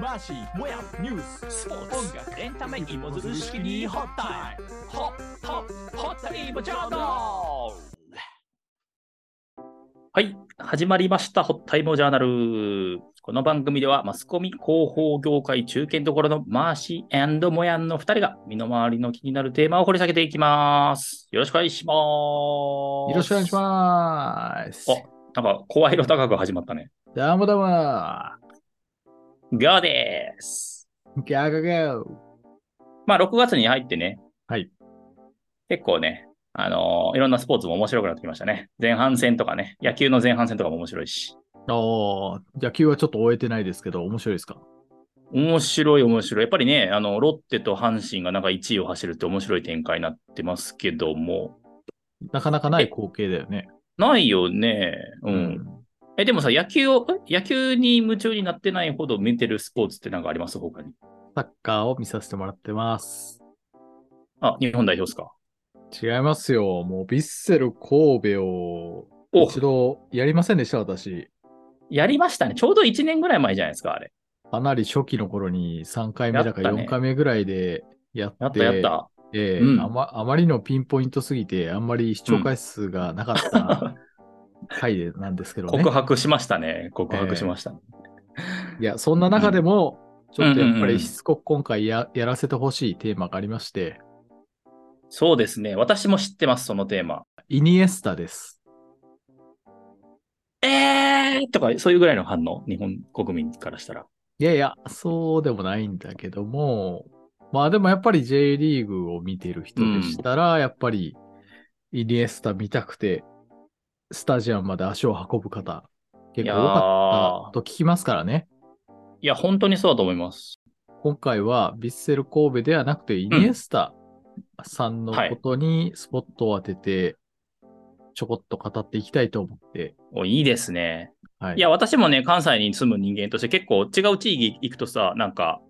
マシもやニューススポーツ音楽エンタメ芋づる式にホッタイムホッホッホッタイムジャーナルはい、始まりました、ホッタイモジャーナル。この番組では、マスコミ、広報業界、中堅どころのマーシーモヤンの2人が、身の回りの気になるテーマを掘り下げていきます。よろしくお願いします。よよろしくお願いします。す。なんか、声色高く始まったね。どうもどうも。ギャーです。ギャーガガー。まあ、6月に入ってね、はい。結構ね、あのーいろんなスポーツも面白くなってきましたね。前半戦とかね、野球の前半戦とかも面白いし。おー野球はちょっと終えてないですけど、面白いですか面白い、面白い。やっぱりね、あの、ロッテと阪神がなんか1位を走るって面白い展開になってますけども、なかなかない光景だよね。ないよね。う。うんえ、でもさ、野球を、え野球に夢中になってないほど見てるスポーツってなんかあります他に。サッカーを見させてもらってます。あ、日本代表ですか。違いますよ。もう、ヴィッセル神戸をお一度やりませんでした、私。やりましたね。ちょうど1年ぐらい前じゃないですか、あれ。かなり初期の頃に3回目だかやったね4回目ぐらいでやって、やった、やった。ええうんあまあまりのピンポイントすぎて、あんまり視聴回数がなかった回でなんですけどね。告白しましたね。告白しましたね。いや、そんな中でも、ちょっとやっうんぱうんうんりしつこく今回ややらせてほしいテーマがありまして、そうですね。私も知ってます、そのテーマ。イニエスタです。えーとか、そういうぐらいの反応、日本国民からしたら。いやいや、そうでもないんだけども、まあでもやっぱり J リーグを見てる人でしたら、やっぱりイニエスタ見たくて、スタジアムまで足を運ぶ方、結構多かったと聞きますからね。いや、本当にそうだと思います。今回はヴィッセル神戸ではなくて、イニエスタさんのはいことにスポットを当てて、ちょこっと語っていきたいと思って、おいいですね。はいいや、私もね、関西に住む人間として結構違う地域行くとさ、なんか、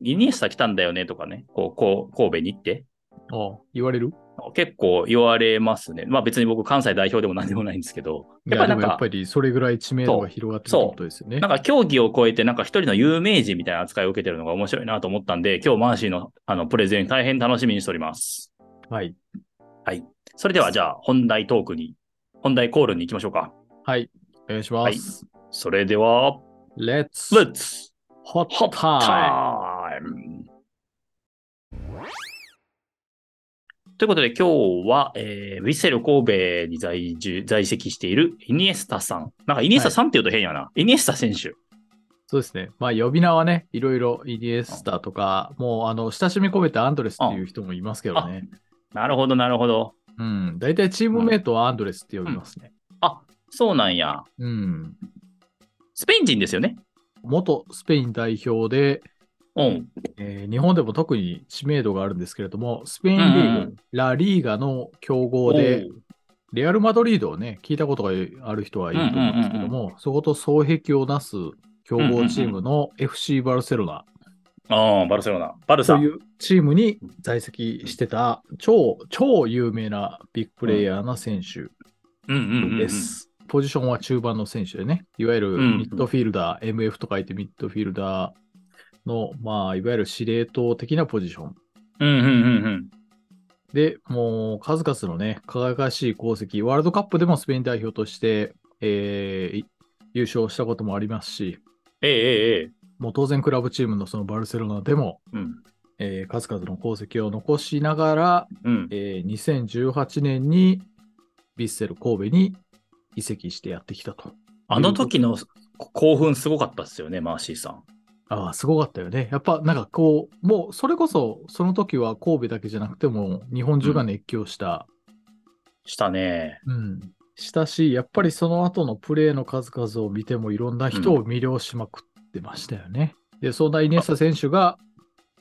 イニエスタ来たんだよねとかね、こう、こう神戸に行って、あ言われる結構言われますね。まあ別に僕関西代表でも何でもないんですけど、やっぱいやなでんもやっかぱ、りそれぐらい知名度が広がってるってことですよねなん。か競技を超えてなんか一人の有名人みたいな扱いを受けてるのが面白いなと思ったんで、今日マーシーのあのプレゼン大変楽しみにしております。はい。それではじゃあ本題トークに、本題コールに行きましょうか。はい。お願いします。それでは、 Let's Let's Hot Hot Time! Time! ということで今日は、えー、ヴィッセル神戸に在住在籍しているイニエスタさん。なんかイニエスタさんって言うと変やな。イニエスタ選手。そうですね。まあ呼び名はね、いろいろイニエスタとか、もうあの親しみ込めてアンドレスっていう人もいますけどね。なるほど、なるほど。うん。大体チームメイトはアンドレスって呼びますね。そうなんや。うん。スペイン人ですよね。元スペイン代表で、うん。えー日本でも特に知名度があるんですけれども、スペインリーグ、うんうんラ・リーガの強豪で、レアル・マドリードをね、聞いたことがある人はいると思うんですけども、そこと双璧をなす強豪チームの FC バルセロナおうああ、バルセロナ。バルサ。とういうチームに在籍してた超、超有名なビッグプレイヤーな選手んうんうんうん。です。ポジションは中盤の選手でね、いわゆるんミッドフィールダー、MF と書いてミッドフィールダーの、まあ、いわゆる司令塔的なポジション。うんうんうんうん。で、もう数々のね、輝かしい功績、ワールドカップでもスペイン代表として、えーい優勝したこともありますし、ええええええ。もう当然クラブチームのそのバルセロナでも、うん。えー数々の功績を残しながら、うん。えー2018年にヴィッセル神戸に移籍してやってきたと。あの時の興奮すごかったっすよね、マーシーさん。ああ、すごかったよね。やっぱなんかこう、もうそれこそその時は神戸だけじゃなくても日本中が熱狂した、したね。うん、したし、やっぱりその後のプレーの数々を見てもいろんな人を魅了しまくってましたよね。で、そんなイニエスタ選手が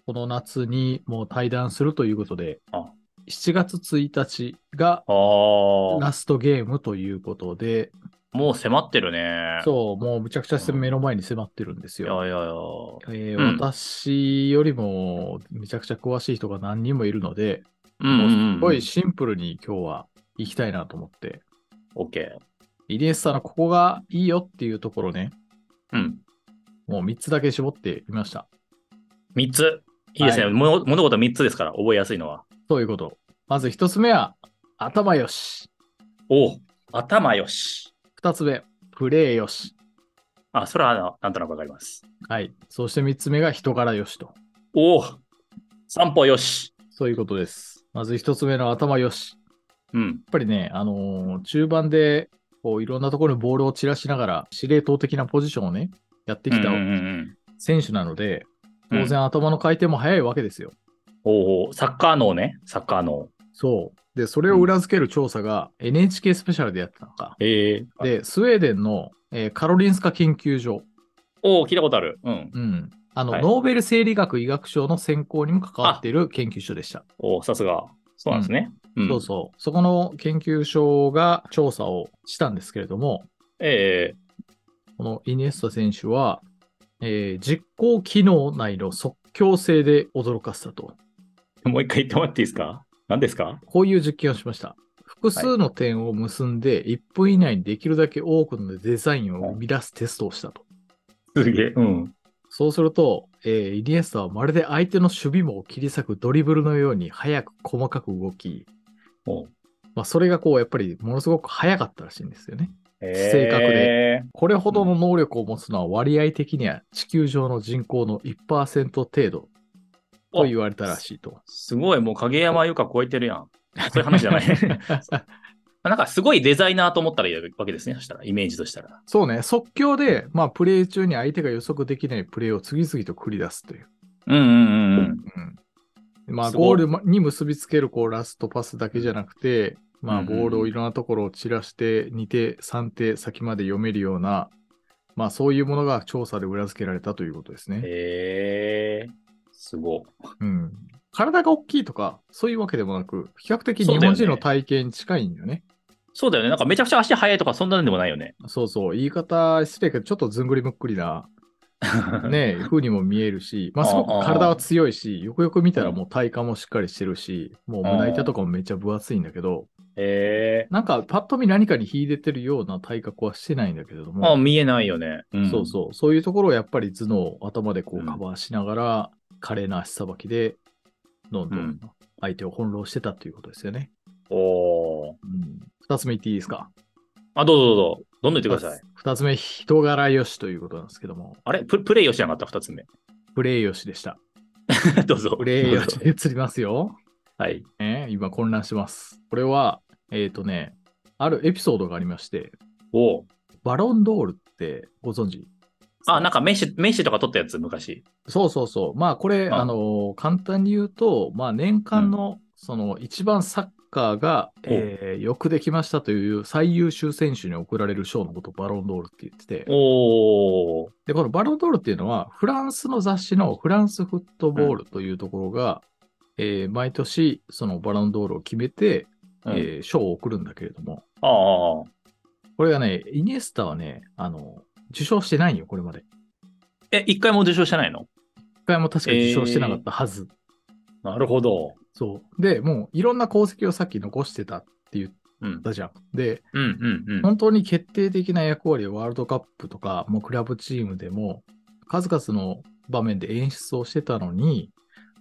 この夏にもう対談するということであ、 7月1日がああ。ラストゲームということで、もう迫ってるね。そう、もうむちゃくちゃ目の前に迫ってるんですいよ。やいやいや。えーうん私よりもめちゃくちゃ詳しい人が何人もいるので、うもううすごいシンプルに今日は行きたいなと思って、オッケイニエスタのここがいいよっていうところね、ー。うん。もう3つだけ絞ってみました。 3つ。いいですね。はいも物事3つですから、覚えやすいのは。そういうこと。まず1つ目は、頭よし。おう頭よし。 2つ目、プレーよし。あ、それはあのなんとなくわかります。はい。そして3つ目が人柄よしと。おお散歩よし。そういうことです。まず1つ目の頭よし。うん。やっぱりね、あのー中盤でこういろんなところにボールを散らしながら司令塔的なポジションをね、やってきたうんうんうん選手なので、うん当然頭の回転も速いわけですよ。おうおうサッカー脳ね。サッカー脳。そう。で、それを裏付ける調査が NHK スペシャルでやってたのか。ええで、スウェーデンの、えーカロリンスカ研究所、おお聞いたことある。うん。うん。あの、はいノーベル生理学医学賞の選考にも関わっている研究所でした。おおさすが。そうなんですね。うんそうそう。そこの研究所が調査をしたんですけれども、ええこのイニエスタ選手は、えー実行機能内の即興性で驚かせたと。もう一回言ってもらっていいですか何ですかこういう実験をしました。複数の点を結んで、1分以内にできるだけ多くのデザインを生み出すテストをしたと。すげえ。うん。そうすると、えーイニエスタはまるで相手の守備網を切り裂くドリブルのように早く細かく動き、おうまあ、それがこう、やっぱりものすごく早かったらしいんですよね。ええ正確で。これほどの能力を持つのは割合的には地球上の人口の1%程度と言われたらしいと。すごい、もう影山優香超えてるや ん。そういう話じゃない。なんかすごいデザイナーと思ったらいいわけですね。そしたら、イメージとしたら。そうね、即興で、まあ、プレイ中に相手が予測できないプレイを次々と繰り出すという。うんうんうん。うん、まあ、すごいゴールまに結びつけるこうラストパスだけじゃなくて、まあ、うんボうんールをいろんなところを散らして、2手、3手先まで読めるような、まあ、そういうものが調査で裏付けられたということですね。へえー、すご。うん、体が大きいとか、そういうわけでもなく、比較的そう日だよ本ね人の体型に近いんだよね。そうだよね。なんかめちゃくちゃ足速いとかそんなんでもないよね。そうそう、言い方失礼けど、ちょっとずんぐりむっくりな、ね、風にも見えるし、まあ、すごく体は強いし、よくよく見たらもう体幹もしっかりしてるし、もう胸板とかもめっちゃ分厚いんだけど、 へえなんかパッと見何かに秀でてるような体格はしてないんだけれどー。あ、も、見えないよね。うんそうそう、そういうところをやっぱり頭脳、頭でこううんカバーしながら、華麗な足さばきで、どんどうんん相手を翻弄してたということですよね。おーうん、二つ目言っていいですかあ、どうぞどうぞ。どんどん言ってください。二つ目、人柄よしということなんですけども、あれププレイよしじゃなかった、二つ目。 プレイよしでした。どうぞ。プレイよどうしぞに移りますよ。 はい。ね、今混乱してます。これは、えっ、とね、あるエピソードがありまして、おーバロンドールってご存知あ、なんかメッシ、メッシとか撮ったやつ、昔。そうそうそう。まあこれ、んあの、簡単に言うと、まあ年間の、その一番サッカーが、えーよくできましたという最優秀選手に贈られる賞のことをバロンドールって言ってて、おーで、このバロンドールっていうのは、フランスの雑誌のフランスフットボールというところが、えー毎年そのバロンドールを決めて、うんえー賞を贈るんだけれども、ああ。これがね、イニエスタはね、あの、受賞してないよ、これまで。え、一回も受賞してないの一回も確か受賞してなかったはず。なるほど。そう。で、もういろんな功績をさっき残してたって言っうん。たじゃん。で、うんうんうん。本当に決定的な役割をワールドカップとか、もうクラブチームでも、数々の場面で演出をしてたのに、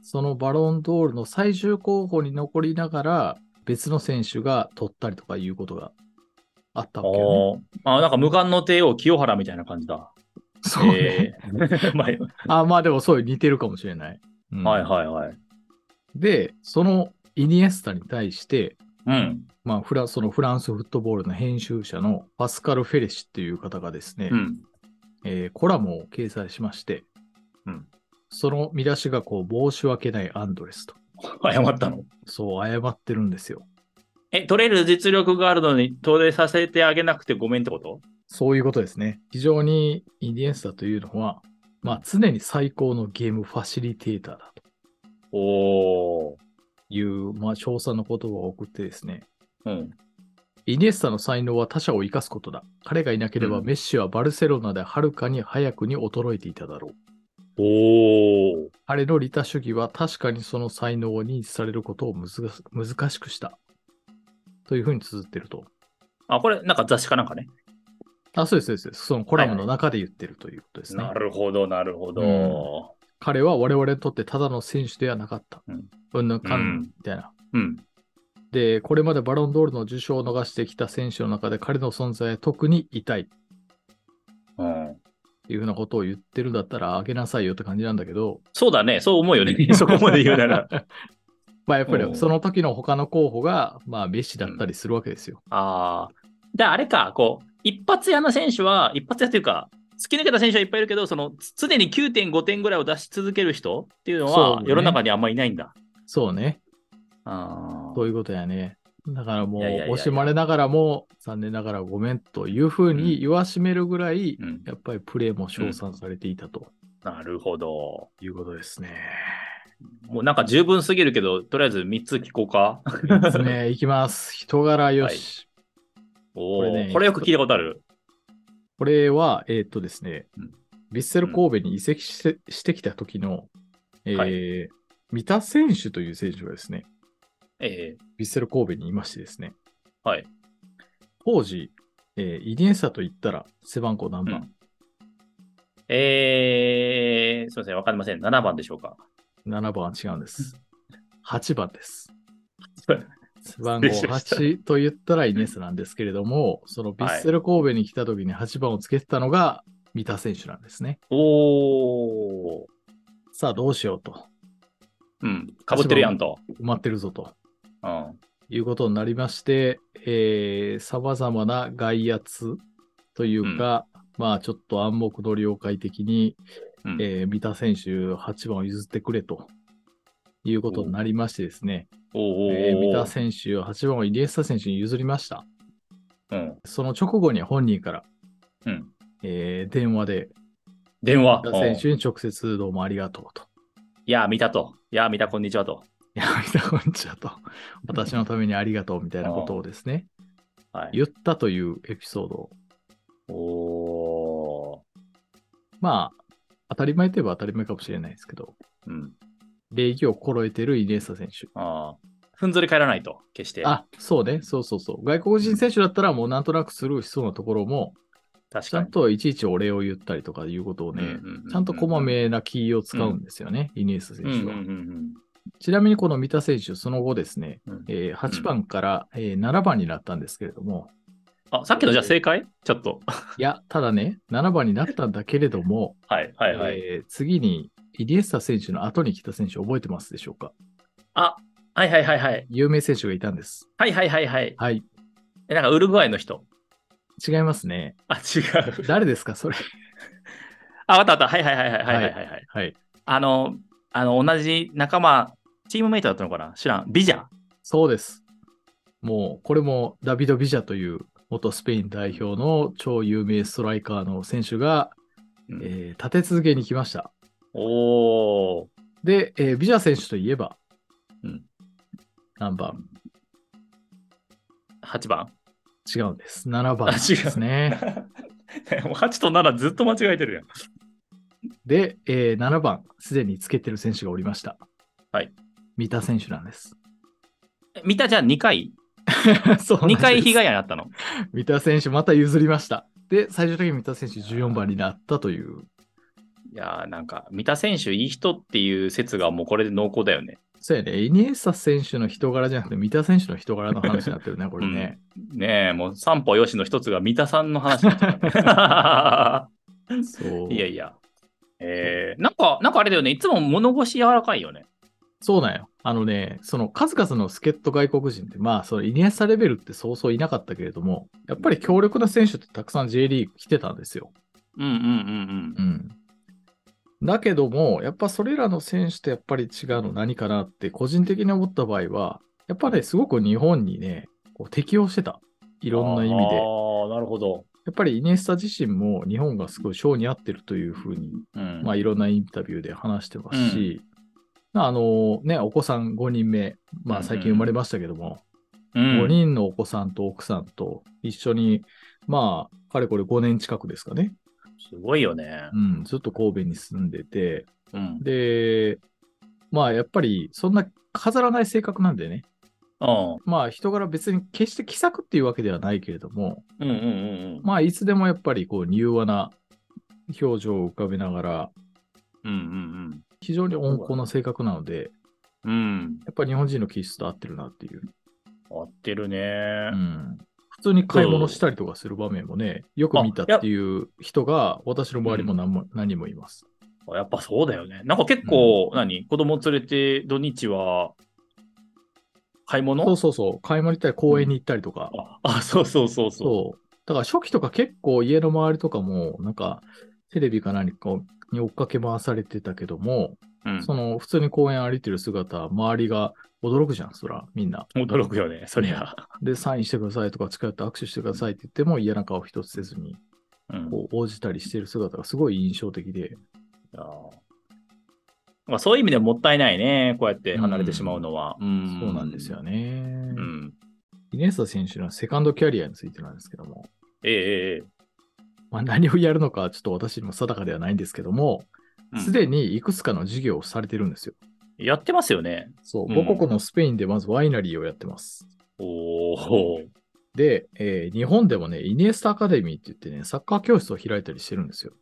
そのバロンドールの最終候補に残りながら、別の選手が取ったりとかいうことがあったわけよ、ね。おーあ、なんか無冠の帝王、清原みたいな感じだ。そうね、えー まあ、まあでもそういう似てるかもしれない。うんあはいはいはい。で、そのイニエスタに対して、うん。まあ、フラそのフランスフットボールの編集者のパスカル・フェレシっていう方がですね、うん。えーコラムを掲載しまして、うんその見出しがこう、申し訳ないアンドレスと、謝ったのそう謝ってるんですよ。え、取れる実力があるのに、取れさせてあげなくてごめんってことそういうことですね。非常にイニエスタというのは、まあ、常に最高のゲームファシリテーターだとおー。いう、まあ、調査の言葉を送ってですね、うん。イニエスタの才能は他者を生かすことだ。彼がいなければうんメッシはバルセロナではるかに早くに衰えていただろう。おー。彼の利他主義は確かにその才能を認知されることをむず難しくした。というふうに綴ってると。あ、これ、なんか雑誌かなんかね。あ、そうです、そうですそうです。そのコラムの中で言ってるということですね。なるほど、なるほど。彼は我々にとってただの選手ではなかった。うんうんぬんかうんんみたいな。うん。で、これまでバロンドールの受賞を逃してきた選手の中で彼の存在は特に痛いっうん、ていうふうなことを言ってるんだったらあげなさいよって感じなんだけど、そうだね、そう思う よね。そこまで言うなら。まあやっぱおりうその時の他の候補が、まあメッシだったりするわけですよ。ああ。だからあれか、こう、一発屋の選手は、一発屋というか、突き抜けた選手はいっぱいいるけど、その、つ常に9.5点ぐらいを出し続ける人っていうのそうは、ね世の中にあんまりいないんだ。そうね。あそういうことやね。だからもういやいやいやいや惜しまれながらも残念ながらごめんというふうに言わしめるぐらい、ーうん、やっぱりプレーも称賛されていたとなるほど。いうことですね。もうなんか十分すぎるけど、とりあえず3つ聞こう か。です ね。いきます。人柄よし。おここれれ,、ねこれよく聞いたことある。これは、えーっとですねうん、ヴィッセル神戸に移籍してしてきた時の、えーは三田選手という選手がですね、ええヴィッセル神戸にいましてですね、はい。当時、えーイニエスタと言ったら背番号何番、ええすみません、わかりません。7番でしょうか。 7番は違うんです。8番です。はい背番号失礼しました8と言ったらイネスなんですけれども、そのヴィッセル神戸に来た時に8番をつけてたのが三田選手なんですね。おー。さあどうしようと、うん。かぶってるやんと。埋まってるぞとうん。いうことになりまして、えー、様々な外圧というか、まあちょっと暗黙の了解的に、うんえー三田選手8番を譲ってくれということになりましてですね、おーおえー三ーお田ー選手8番をイニエスタ選手に譲りました。うん。その直後に本人から、うんえー電話で、電話。三う田ん選手に直接どうもありがとうと。 いや、見たと。いや、見た、こんにちはと。いや、三田こんにちはと。 私のためにありがとうみたいなことをですね、はい。言ったというエピソードを。おー。まあ、当たり前といえば当たり前かもしれないですけど、うん。礼儀をころえてるイニエスタ選手。あーふんぞり返らないと、決して。あ、そうね。そうそうそう。外国人選手だったらもうなんとなくスルーしそうなところも、確ちゃかんに。といちいちお礼を言ったりとかいうことをね、ちゃんとこまめな気を使うんですよね、イニエスタ選うんうん手うは。んちなみにこの三田選手、その後ですね、うんうん。えー8番から、えー7番になったんですけれど も、あ、さっきのじゃあ正解ちょっと。いや、ただね、7番になったんだけれども、はい、はい、はい。えー次にイリエスタ選手の後に来た選手、覚えてますでしょうかあ、はい、はい、はい、はい。有名選手がいたんです。はい、はい、はい、はい。はい、え、なんかウルグアイの人。違います ね。あ、違う。誰ですか、それ。あ、わかったわかった。はい、はい、はい、はい、はい、はいはい、はい。はい。あの、あの、同じ仲間、チームメイトだったのかな知らん。ビジャそうです。もう、これもダビド・ビジャという元スペイン代表の超有名ストライカーの選手が、うんえー立て続けに来ました。おー。で、えービジャ選手といえば、うん何番8番。違うんです。7番あで違うすね。 8と7ずっと間違えてるやん。で、えー7番、すでにつけてる選手がおりました。はい。三田選手なんです。三田じゃあ2回 そうなんで二す回被害にあったの。三田選手、また譲りました。で、最終的に三田選手14番になったという。いやーなんか、三田選手いい人っていう説がもうこれで濃厚だよね。そうやね。イニエスタ選手の人柄じゃなくて、三田選手の人柄の話になって るね、これね。ねえ、もう三歩よしの一つが三田さんの話になっち ゃそうう。いやいや。えー、なんか、なんかあれだよね。いつも物腰柔らかいよね。そうなんよ。あのね、その数々の助っ人外国人って、まあ、そのイニエスタレベルってそうそういなかったけれども、やっぱり強力な選手ってたくさん J リーグ来てたんですよ。うんうんうんうん。だけども、やっぱそれらの選手とやっぱり違うの何かなって、個人的に思った場合は、やっぱね、すごく日本にね、こう適応してた。いいろんな意味で。あやあ、なるほど。っぱりイニエスタ自身も日本がすごい賞に合ってるというふうにうん。まあ、いろんなインタビューで話してますし、あのね、お子さん5人目、まうんうあ、ん最近生まれましたけども、うん5人のお子さんと奥さんと一緒に、まあ、かれこれ5年近くですかね、すごいよねう。ん、ずっと神戸に住んでて、うん。で、まあ、やっぱりそんな飾らない性格なんでね、うんまあ人柄別に決して気さくっていうわけではないけれども、うんうんうんまあいつでもやっぱりこう柔和な表情を浮かべながら、うん。うん非常に温厚な性格なので、うんうん。うん。やっぱり日本人の気質と合ってるなっていう。合ってるうね。ん普通に買い物したりとかする場面もね、よく見たっていう人が、私の周りも何も,、何もいます。やっぱそうだよね。なんか結構、何子供連れて土日は買い物そうそうそう、買い物行ったり公園に行ったりとか。ああ、そうそうそうそう。そう。だから初期とか結構家の周りとかも、なんかテレビか何かに追っかけ回されてたけども、うんその普通に公園歩いてる姿、周りが驚くじゃん、そら、みんな。驚くよね、そりゃ。で、サインしてくださいとか、近寄って握手してくださいって言っても嫌な顔一つせずに、うんこう応じたりしてる姿がすごい印象的で。いやーまあ、そういう意味ではもったいないね、こうやって離れてしまうのは。うんそうなんですよ。ね。うん、イネスタ選手のセカンドキャリアについてなんですけども、ええええまあ、何をやるのかちょっと私にも定かではないんですけども、うんすでにいくつかの事業をされてるんですよ。やってますよね。そう、うん母国のスペインでまずワイナリーをやってます。おお。で、えー日本でもね、イニエスタアカデミーって言ってね、サッカー教室を開いたりしてるんですよ。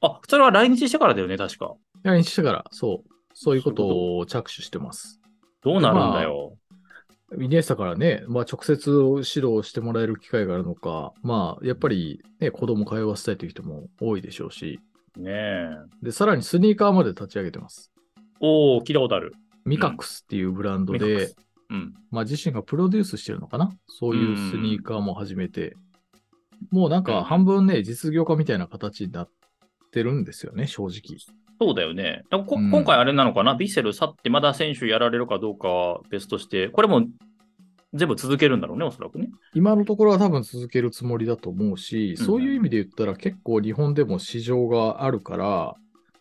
あ、それは来日してからだよね、確か。来日してから、そう、そういうことそういを着手してます。どうなるんだよ。イニエスタからね、まあ、直接指導してもらえる機会があるのか、まあ、やっぱり、ね、子供通わせたいという人も多いでしょうし、ねえ。で、さらにスニーカーまで立ち上げてます。おお、聞いたことある。ミカックスっていうブランド目で、隠すうん。まあ、自身がプロデュースしてるのかなそういうスニーカーも始めて、もうなんうんか半分ね、実業家みたいな形になってるんですよね、正直。そうだよね。だからこうん今回あれなのかな、ヴィッセル去ってまだ選手やられるかどうかは別として、これも全部続けるんだろうね、おそらくね。今のところは多分続けるつもりだと思うし、うんそういう意味で言ったら結構日本でも市場があるから、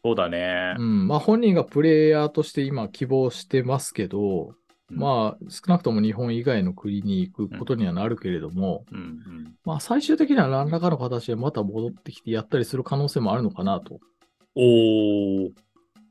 そうだねう。ん、まあ本人がプレイヤーとして今希望してますけど、うんまあ少なくとも日本以外の国に行くことにはなるけれども、うんうん。まあ最終的には何らかの形でまた戻ってきてやったりする可能性もあるのかなとおお。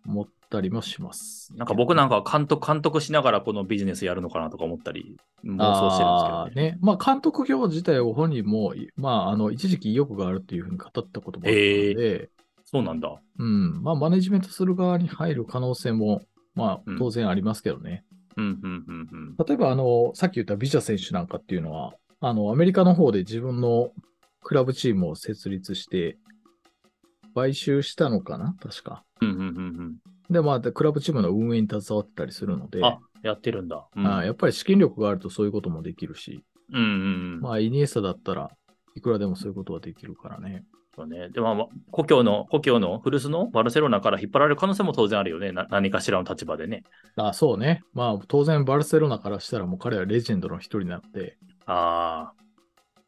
思ったりもします。なんか僕なんかは監督、監督しながらこのビジネスやるのかなとか思ったり、妄想してるんあですけど、ーね。まあ、監督業自体を本人も、いまあ、あの、一時期意欲があるっていうふうに語ったこともあったので、そうなんだ。うん、まあ、マネジメントする側に入る可能性も、まあうん、当然ありますけどね。うん、うん、うん、うん。例えば、あの、さっき言ったビジャ選手なんかっていうのは、あの、アメリカの方で自分のクラブチームを設立して、買収したのかな確か。うん、うん、うんで、まあ、でクラブチームの運営に携わってたりするので、うん。あ、やってるんだ。うん、あーやっぱり資金力があるとそういうこともできるし、うん、うんうん。まあ、イニエスタだったらいくらでもそういうことはできるからね。そうね。でも、まあ故郷の、故郷の古巣のバルセロナから引っ張られる可能性も当然あるよね。な何かしらの立場でね。あそうね。まあ、当然バルセロナからしたらもう彼はレジェンドの一人になって、あ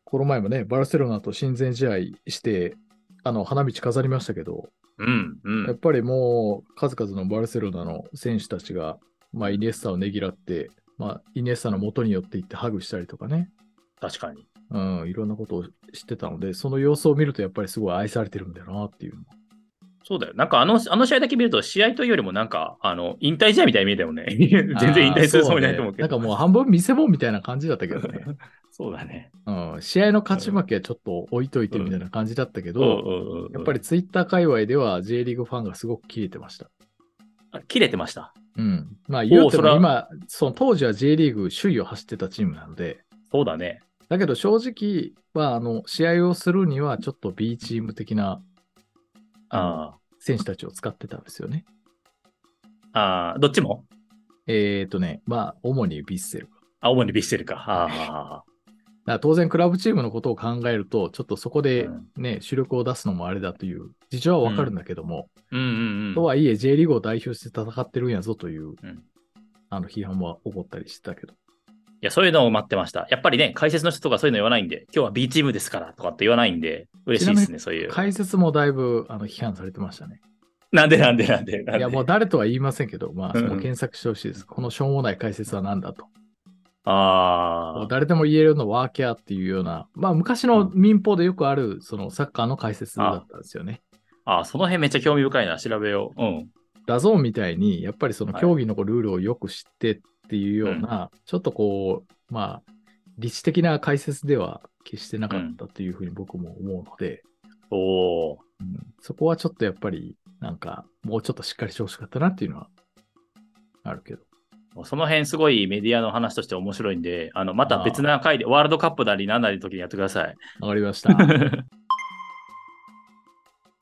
この前もね、バルセロナと親善試合して、あの、花道飾りましたけど、あ、うん、うやっん。ぱりもう数々のバルセロナの選手たちが、まあ、イニエスタをねぎらって、まあ、イニエスタの元に寄って行ってハグしたりとかね、確かに。うん、いろんなことをしてたので、その様子を見るとやっぱりすごい愛されてるんだよなっていうのそうだよ。なんかあの、あの試合だけ見ると、試合というよりもなんか、あの、引退試合みたいに見えた よね。全然引退するつもりないと思うけど。あーそねなんかもう半分見せ物みたいな感じだったけどね。そうだね。うん、試合の勝ち負けはちょっと置いといてみたいな感じだったけど、うんうんうんやっぱりツイッター界隈では J リーグファンがすごく切れてました。あ切れてました。うん。まあ言うてそらも今、その当時は J リーグ首位を走ってたチームなので、そうだね。だけど正直、まあ、あの、試合をするにはちょっと B チーム的なあ選手たちを使ってたんですよね。あああ、どっちもえっ、ー、とね、まあ主にヴィッセルか。あ、主にビッセルか。だかあら当然クラブチームのことを考 えると、ちょっとそこでうんね、主力を出すのもあれだという事情はわかるんだけども、あ。うんうんとはいえ J リーグを代表して戦ってるんやぞという、うんあの批判も起こったりしてたけど。いや、そういうのを待ってました。やっぱりね、解説の人とかそういうの言わないんで、今日は B チームですからとかって言わないんで、嬉しいですね、そういう。解説もだいぶあの批判されてましたね。なんでなんでなんでなんで。いや、もう誰とは言いませんけど、まあ、うそんうんの検索してほしいです。このしょうもない解説は何だと。もあう誰でも言えるのワーキャーっていうような、まあ、昔の民放でよくある、そのサッカーの解説だったんですよね。あ。ああ、その辺めっちゃ興味深いな、調べよう。うん。ダゾーンみたいに、やっぱりそのはい競技のルールをよく知ってっていうような、ちょっとこう、まあ、理知的な解説では決してなかったというふうに僕も思うので、おお。うんそこはちょっとやっぱり、なんか、もうちょっとしっかりしてほしかったなっていうのは、あるけど。その辺すごいメディアの話として面白いんで、あの、また別な回で、ワールドカップなりなんなりの時にやってください。わかりま した。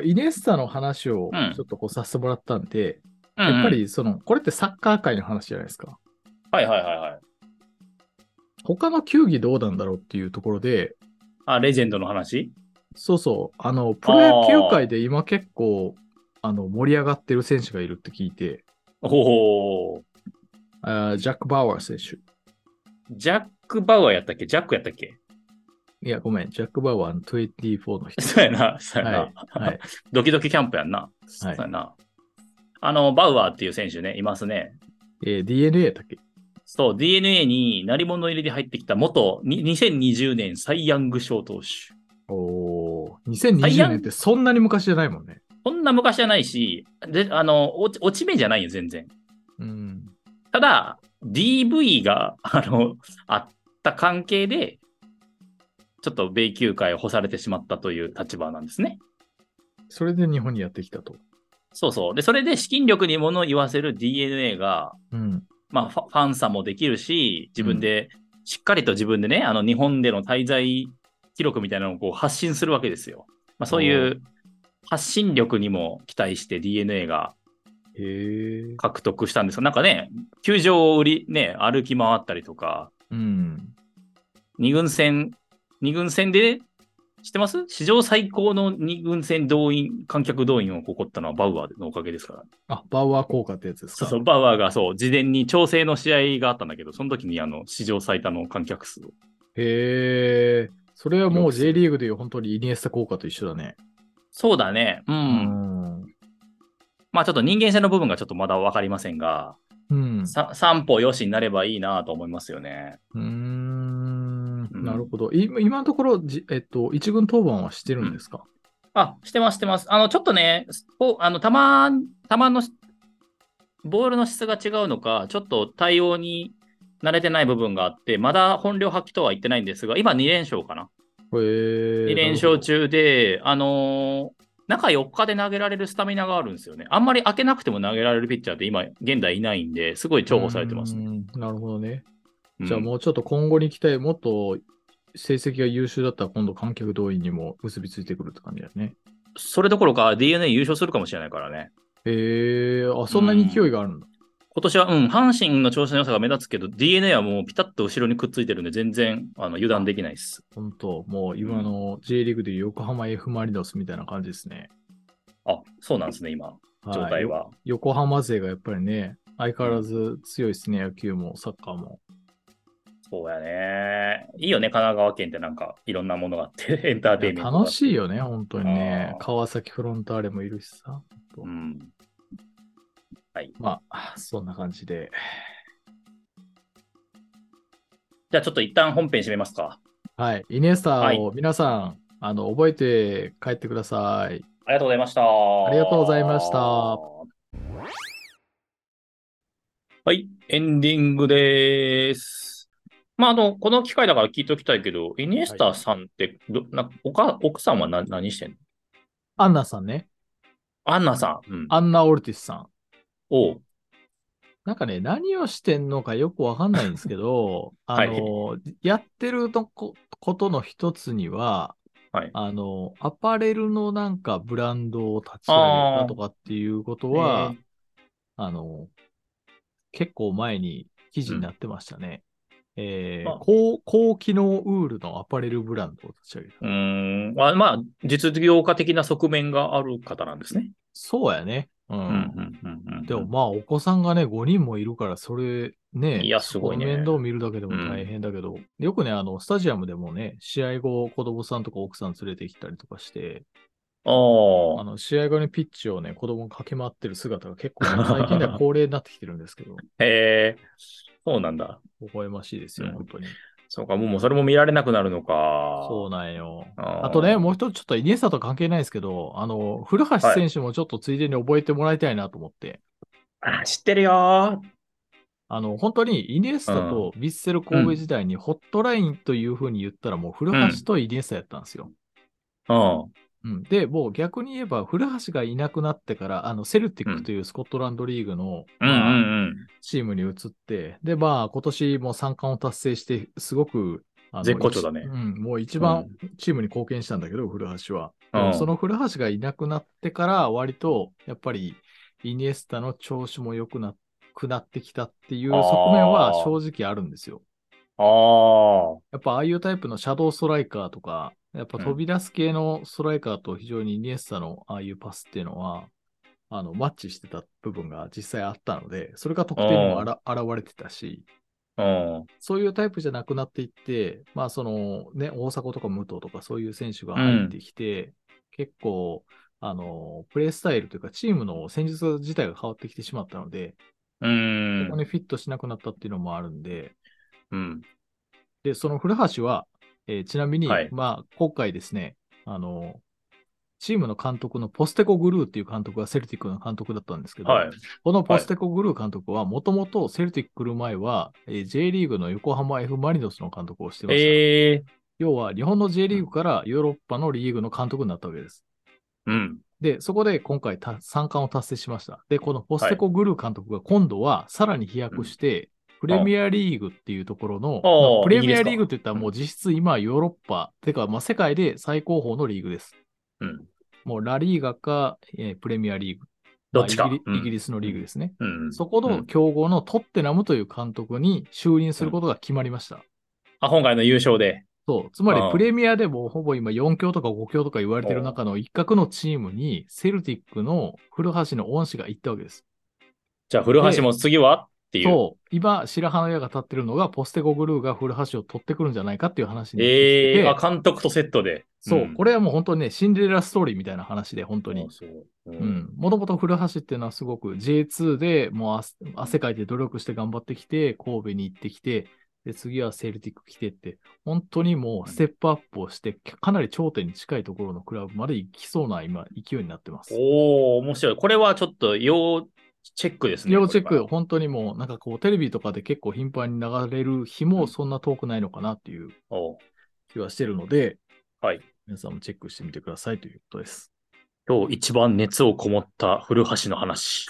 イネスタの話をうんちょっとこうさせてもらったんで、うんうんやっぱ、りその、これってサッカー界の話じゃないですか。はいはいはいはい。他の球技どうなんだろうっていうところで、あ、レジェンドの話そうそう、あの、プロ野球界で今結構、あの、盛り上がってる選手がいるって聞いて、ほうほう。あージャック・バウアー選手。ジャック・バウアーやったっけジャックやったっけいや、ごめん、ジャック・バウアーの24の人。そうやな、そうやな。はい。はい。ドキドキキャンプやんな。そうはいやな。あの、バウアーっていう選手ね、いますね。えー DNA だっけそう、DNA に鳴り物入りで入ってきた元、に2020年サイ・ヤング賞投手。おー、サイ2020ヤン年ってそんなに昔じゃないもんね。そんな昔じゃないし、で、あの、落ち落ち目じゃないよ、全然。うん。ただ、DV が、あの、あった関係で、ちょっと米球界を干されてしまったという立場なんですね。それで日本にやってきたと。そうそう。で、それで資金力に物を言わせる DNA が、うん。まあ、ファファンさもできるし、自分で、しっかりと自分でね、あの日本での滞在記録みたいなのをこう発信するわけですよ。まあ、そういう発信力にも期待して DNA がへえ。獲得したんですが、なんかね、球場を売り、ね、歩き回ったりとか、うん。 2軍戦、二軍戦で、知ってます史上最高の2軍戦動員、観客動員を誇ったのはバウアーのおかげですから。あ、バウアー効果ってやつですそか。うそう、バウアーがそう、事前に調整の試合があったんだけど、その時にあの、史上最多の観客数をへえ。それはもようくす J るリーグでいう本当にイニエスタ効果と一緒だね。そうだね。う。うんん。まあちょっと人間性の部分がちょっとまだわかりませんが、うん。さ三歩よしになればいいなと思いますよね。うーんなるほど。い今のところ、じえっと、一軍当番はしてるんですか、あ、してます、してます。あの、ちょっとね、スポあの、たま、たまのし、ボールの質が違うのか、ちょっと対応に慣れてない部分があって、まだ本領発揮とは言ってないんですが、今2連勝かな。へー2連勝。中で、あのー中4日で投げられるスタミナがあるんですよね。あんまり開けなくても投げられるピッチャーって今、現代いないんで、すごい重宝されてますね。ね。なるほどね。うんじゃあもうちょっと今後に期待、もっと成績が優秀だったら今度観客動員にも結びついてくるって感じだよね。それどころか DNA 優勝するかもしれないからね。へえあ、そんなに勢いがあるんだ。今年は、うん、阪神の調子の良さが目立つけど、DNA はもうピタッと後ろにくっついてるんで、全然あの油断できないです。本当もう今の J リーグでいう横浜 F ・マリノスみたいな感じですね。あ、そうなんですね、今、はい状態は。横浜勢がやっぱりね、相変わらず強いですね、野球もサッカーも。そうやね。いいよね、神奈川県ってなんか、いろんなものがあって、 エンターテインメントが。楽しいよね、本当にねあ。ー川崎フロンターレもいるしさ。うん。まあ、そんな感じで。じゃあ、ちょっと一旦本編締めますか。はい。イニエスタはいを皆さん、あの、覚えて帰ってください。ありがとうございました。ありがとうございましたはい、エンディングです。まあ、あの、この機会だから聞いておきたいけど、イニエスタさんってど、なおか奥さんはな何してんのアンナさんね。アンナさん、うん、アンナ・オルティスさん。おうなんかね、何をしてんのかよくわかんないんですけ ど、あの、やってるとこことの一つには、はいあの、アパレルのなんかブランドを立ち上げたとかっていうことは、えーあの、結構前に記事になってましたね。えーまあ高、高機能ウールのアパレルブランドを立ち上げた。うーんあまあ、実業家的な側面がある方なんですね。そうやね。うん。うんうんうんうんでもまあ、お子さんがね、5人もいるから、それね、いやすごいねそこの面倒を見るだけでも大変だけど、よくね、あの、スタジアムでもね、試合後、子供さんとか奥さん連れてきたりとかして、あああ、の、試合後にピッチをね、子供が駆け回ってる姿が結構、 最近では恒例になってきてるんですけど、へえ、そうなんだ。微笑ましいですうよ、ん本当に。そうか、もうそれも見られなくなるのか。そうなんよ。ああとね、うもう一つ、ちょっとイニエスタと関係ないですけど、あの、古橋選手もちょっとついでに覚えてもらいたいなと思って、あ、知ってるよー。あの、本当にイニエスタとヴィッセル神戸時代にホットラインというふうに言ったらもう古橋とイニエスタやったんですよ。うん。うん、で、もう逆に言えば古橋がいなくなってから、あの、セルティックというスコットランドリーグの、うんうまあんチームに移って、で、まあ今年も3冠を達成して、すごく、あの絶好調だね一うん、もう一番チームに貢献したんだけど、古橋は。うんでもその古橋がいなくなってから、割と、やっぱり、イニエスタの調子も良くなくなってきたっていう側面はあー正直あるんですよ。うん。やっぱああいうタイプのシャドウストライカーとか、やっぱ飛び出す系のストライカーと非常にイニエスタのああいうパスっていうのは、あの、マッチしてた部分が実際あったので、それが得点にもあら現れてたし、ああ。うん。そういうタイプじゃなくなっていって、まあそのね、大迫とか武藤とかそういう選手が入ってきて、結構、あの、プレースタイルというかチームの戦術自体が変わってきてしまったので、うそこん。にフィットしなくなったっていうのもあるんで、うん。で、その古橋は、えーちなみに、はいまあ、今回ですね、あの、チームの監督のポステコ・グルーっていう監督がセルティックの監督だったんですけど、はい。このポステコ・グルー監督は、もともとセルティック来る前は、えー J リーグの横浜 F ・マリノスの監督をしてました。ええ。要は、日本の J リーグからヨーロッパのリーグの監督になったわけです。うん。で、そこで今回た三冠を達成しました。で、このポステコ・グルー監督が今度はさらに飛躍して、プレミアリーグっていうところの、あまあプレミアイギリスかリーグって言ったらもう実質今ヨーロッパ、てかまあ世界で最高峰のリーグです。うん。もうラリーガか、えープレミアリーグ。どっちかまあイギリうんイギリスのリーグですね。うん。そこうのん強豪のトッテナムという監督に就任することが決まりました。あ、今回の優勝で。そう。つまりああプレミアでもほぼ今4強とか5強とか言われてる中の一角のチームにセルティックの古橋の恩師が行ったわけです。じゃあ、古橋も次はっていう。そう。今、白羽の矢が立ってるのがポステコグルーが古橋を取ってくるんじゃないかっていう話になってきてえてえ。あ、監督とセットで。そう、んこれはもう本当にね、シンデレラストーリーみたいな話で、本当にあ。そう。う。うん。もともと古橋っていうのはすごく J2 でもう汗汗かいて努力して頑張ってきて、神戸に行ってきて、で、次はセルティック来てって、本当にもうステップアップをして、かなり頂点に近いところのクラブまで行きそうな今、勢いになってます。おお面白い。これはちょっと要チェックですね。要チェッこれク、は。本当にもう、なんかこう、テレビとかで結構頻繁に流れる日もそんな遠くないのかなっていうおう気はしてるので、はい。皆さんもチェックしてみてくださいということ です。今日一番熱をこもった古橋の 話。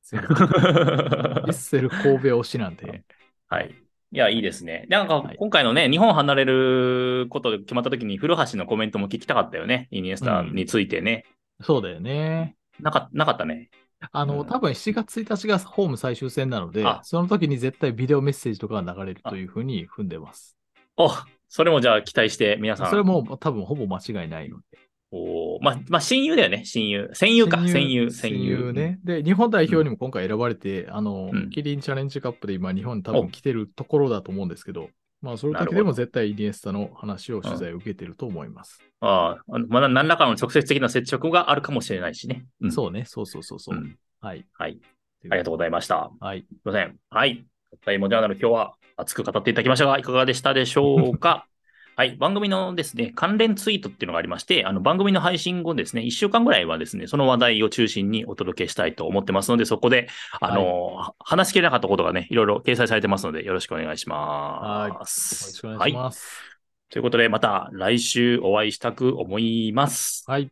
すいませんヴィッセル神戸推しなんで。はい。いや、いいですね。なんかはい、今回のね、日本離れることで決まった時に、古橋のコメントも聞きたかったよね。イニエスタについてね。そうだよね。なかなかったね。あの、うん多分7月1日がホーム最終戦なのであ、その時に絶対ビデオメッセージとかが流れるというふうに踏んでます。おそれもじゃあ期待して、皆さん。それも多分ほぼ間違いないので。おーまあ、まあ、親友だよね。親友。戦友か。戦友。戦友。ね。で、日本代表にも今回選ばれて、あの、うんキリンチャレンジカップで今日本に多分来てるところだと思うんですけど、まあ、その時でも絶対イニエスタの話を取材を受けてると思います。ああ、あのまだ何らかの直接的な接触があるかもしれないしね。うんそうね。そうそうそうそう。うんはい。はい。ありがとうございました。う。はい。すいません。はい。大モジャーナル、今日は熱く語っていただきましたが、いかがでしたでしょ うかはい。番組のですね、関連ツイートっていうのがありまして、あの番組の配信後ですね、1週間ぐらいはですね、その話題を中心にお届けしたいと思ってますので、そこで、あの、は話しきれなかったことがね、いろいろ掲載されてますので、よろしくお願いしまよろしす。くお願いします。ということで、また来週お会いしたく思います。はい。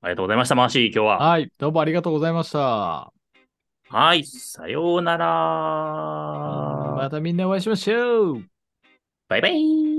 ありがとうございました、マーシー、今日は。はい。どうもありがとうございました。はい、さようなら。またみんなお会いしましょうバイバイ。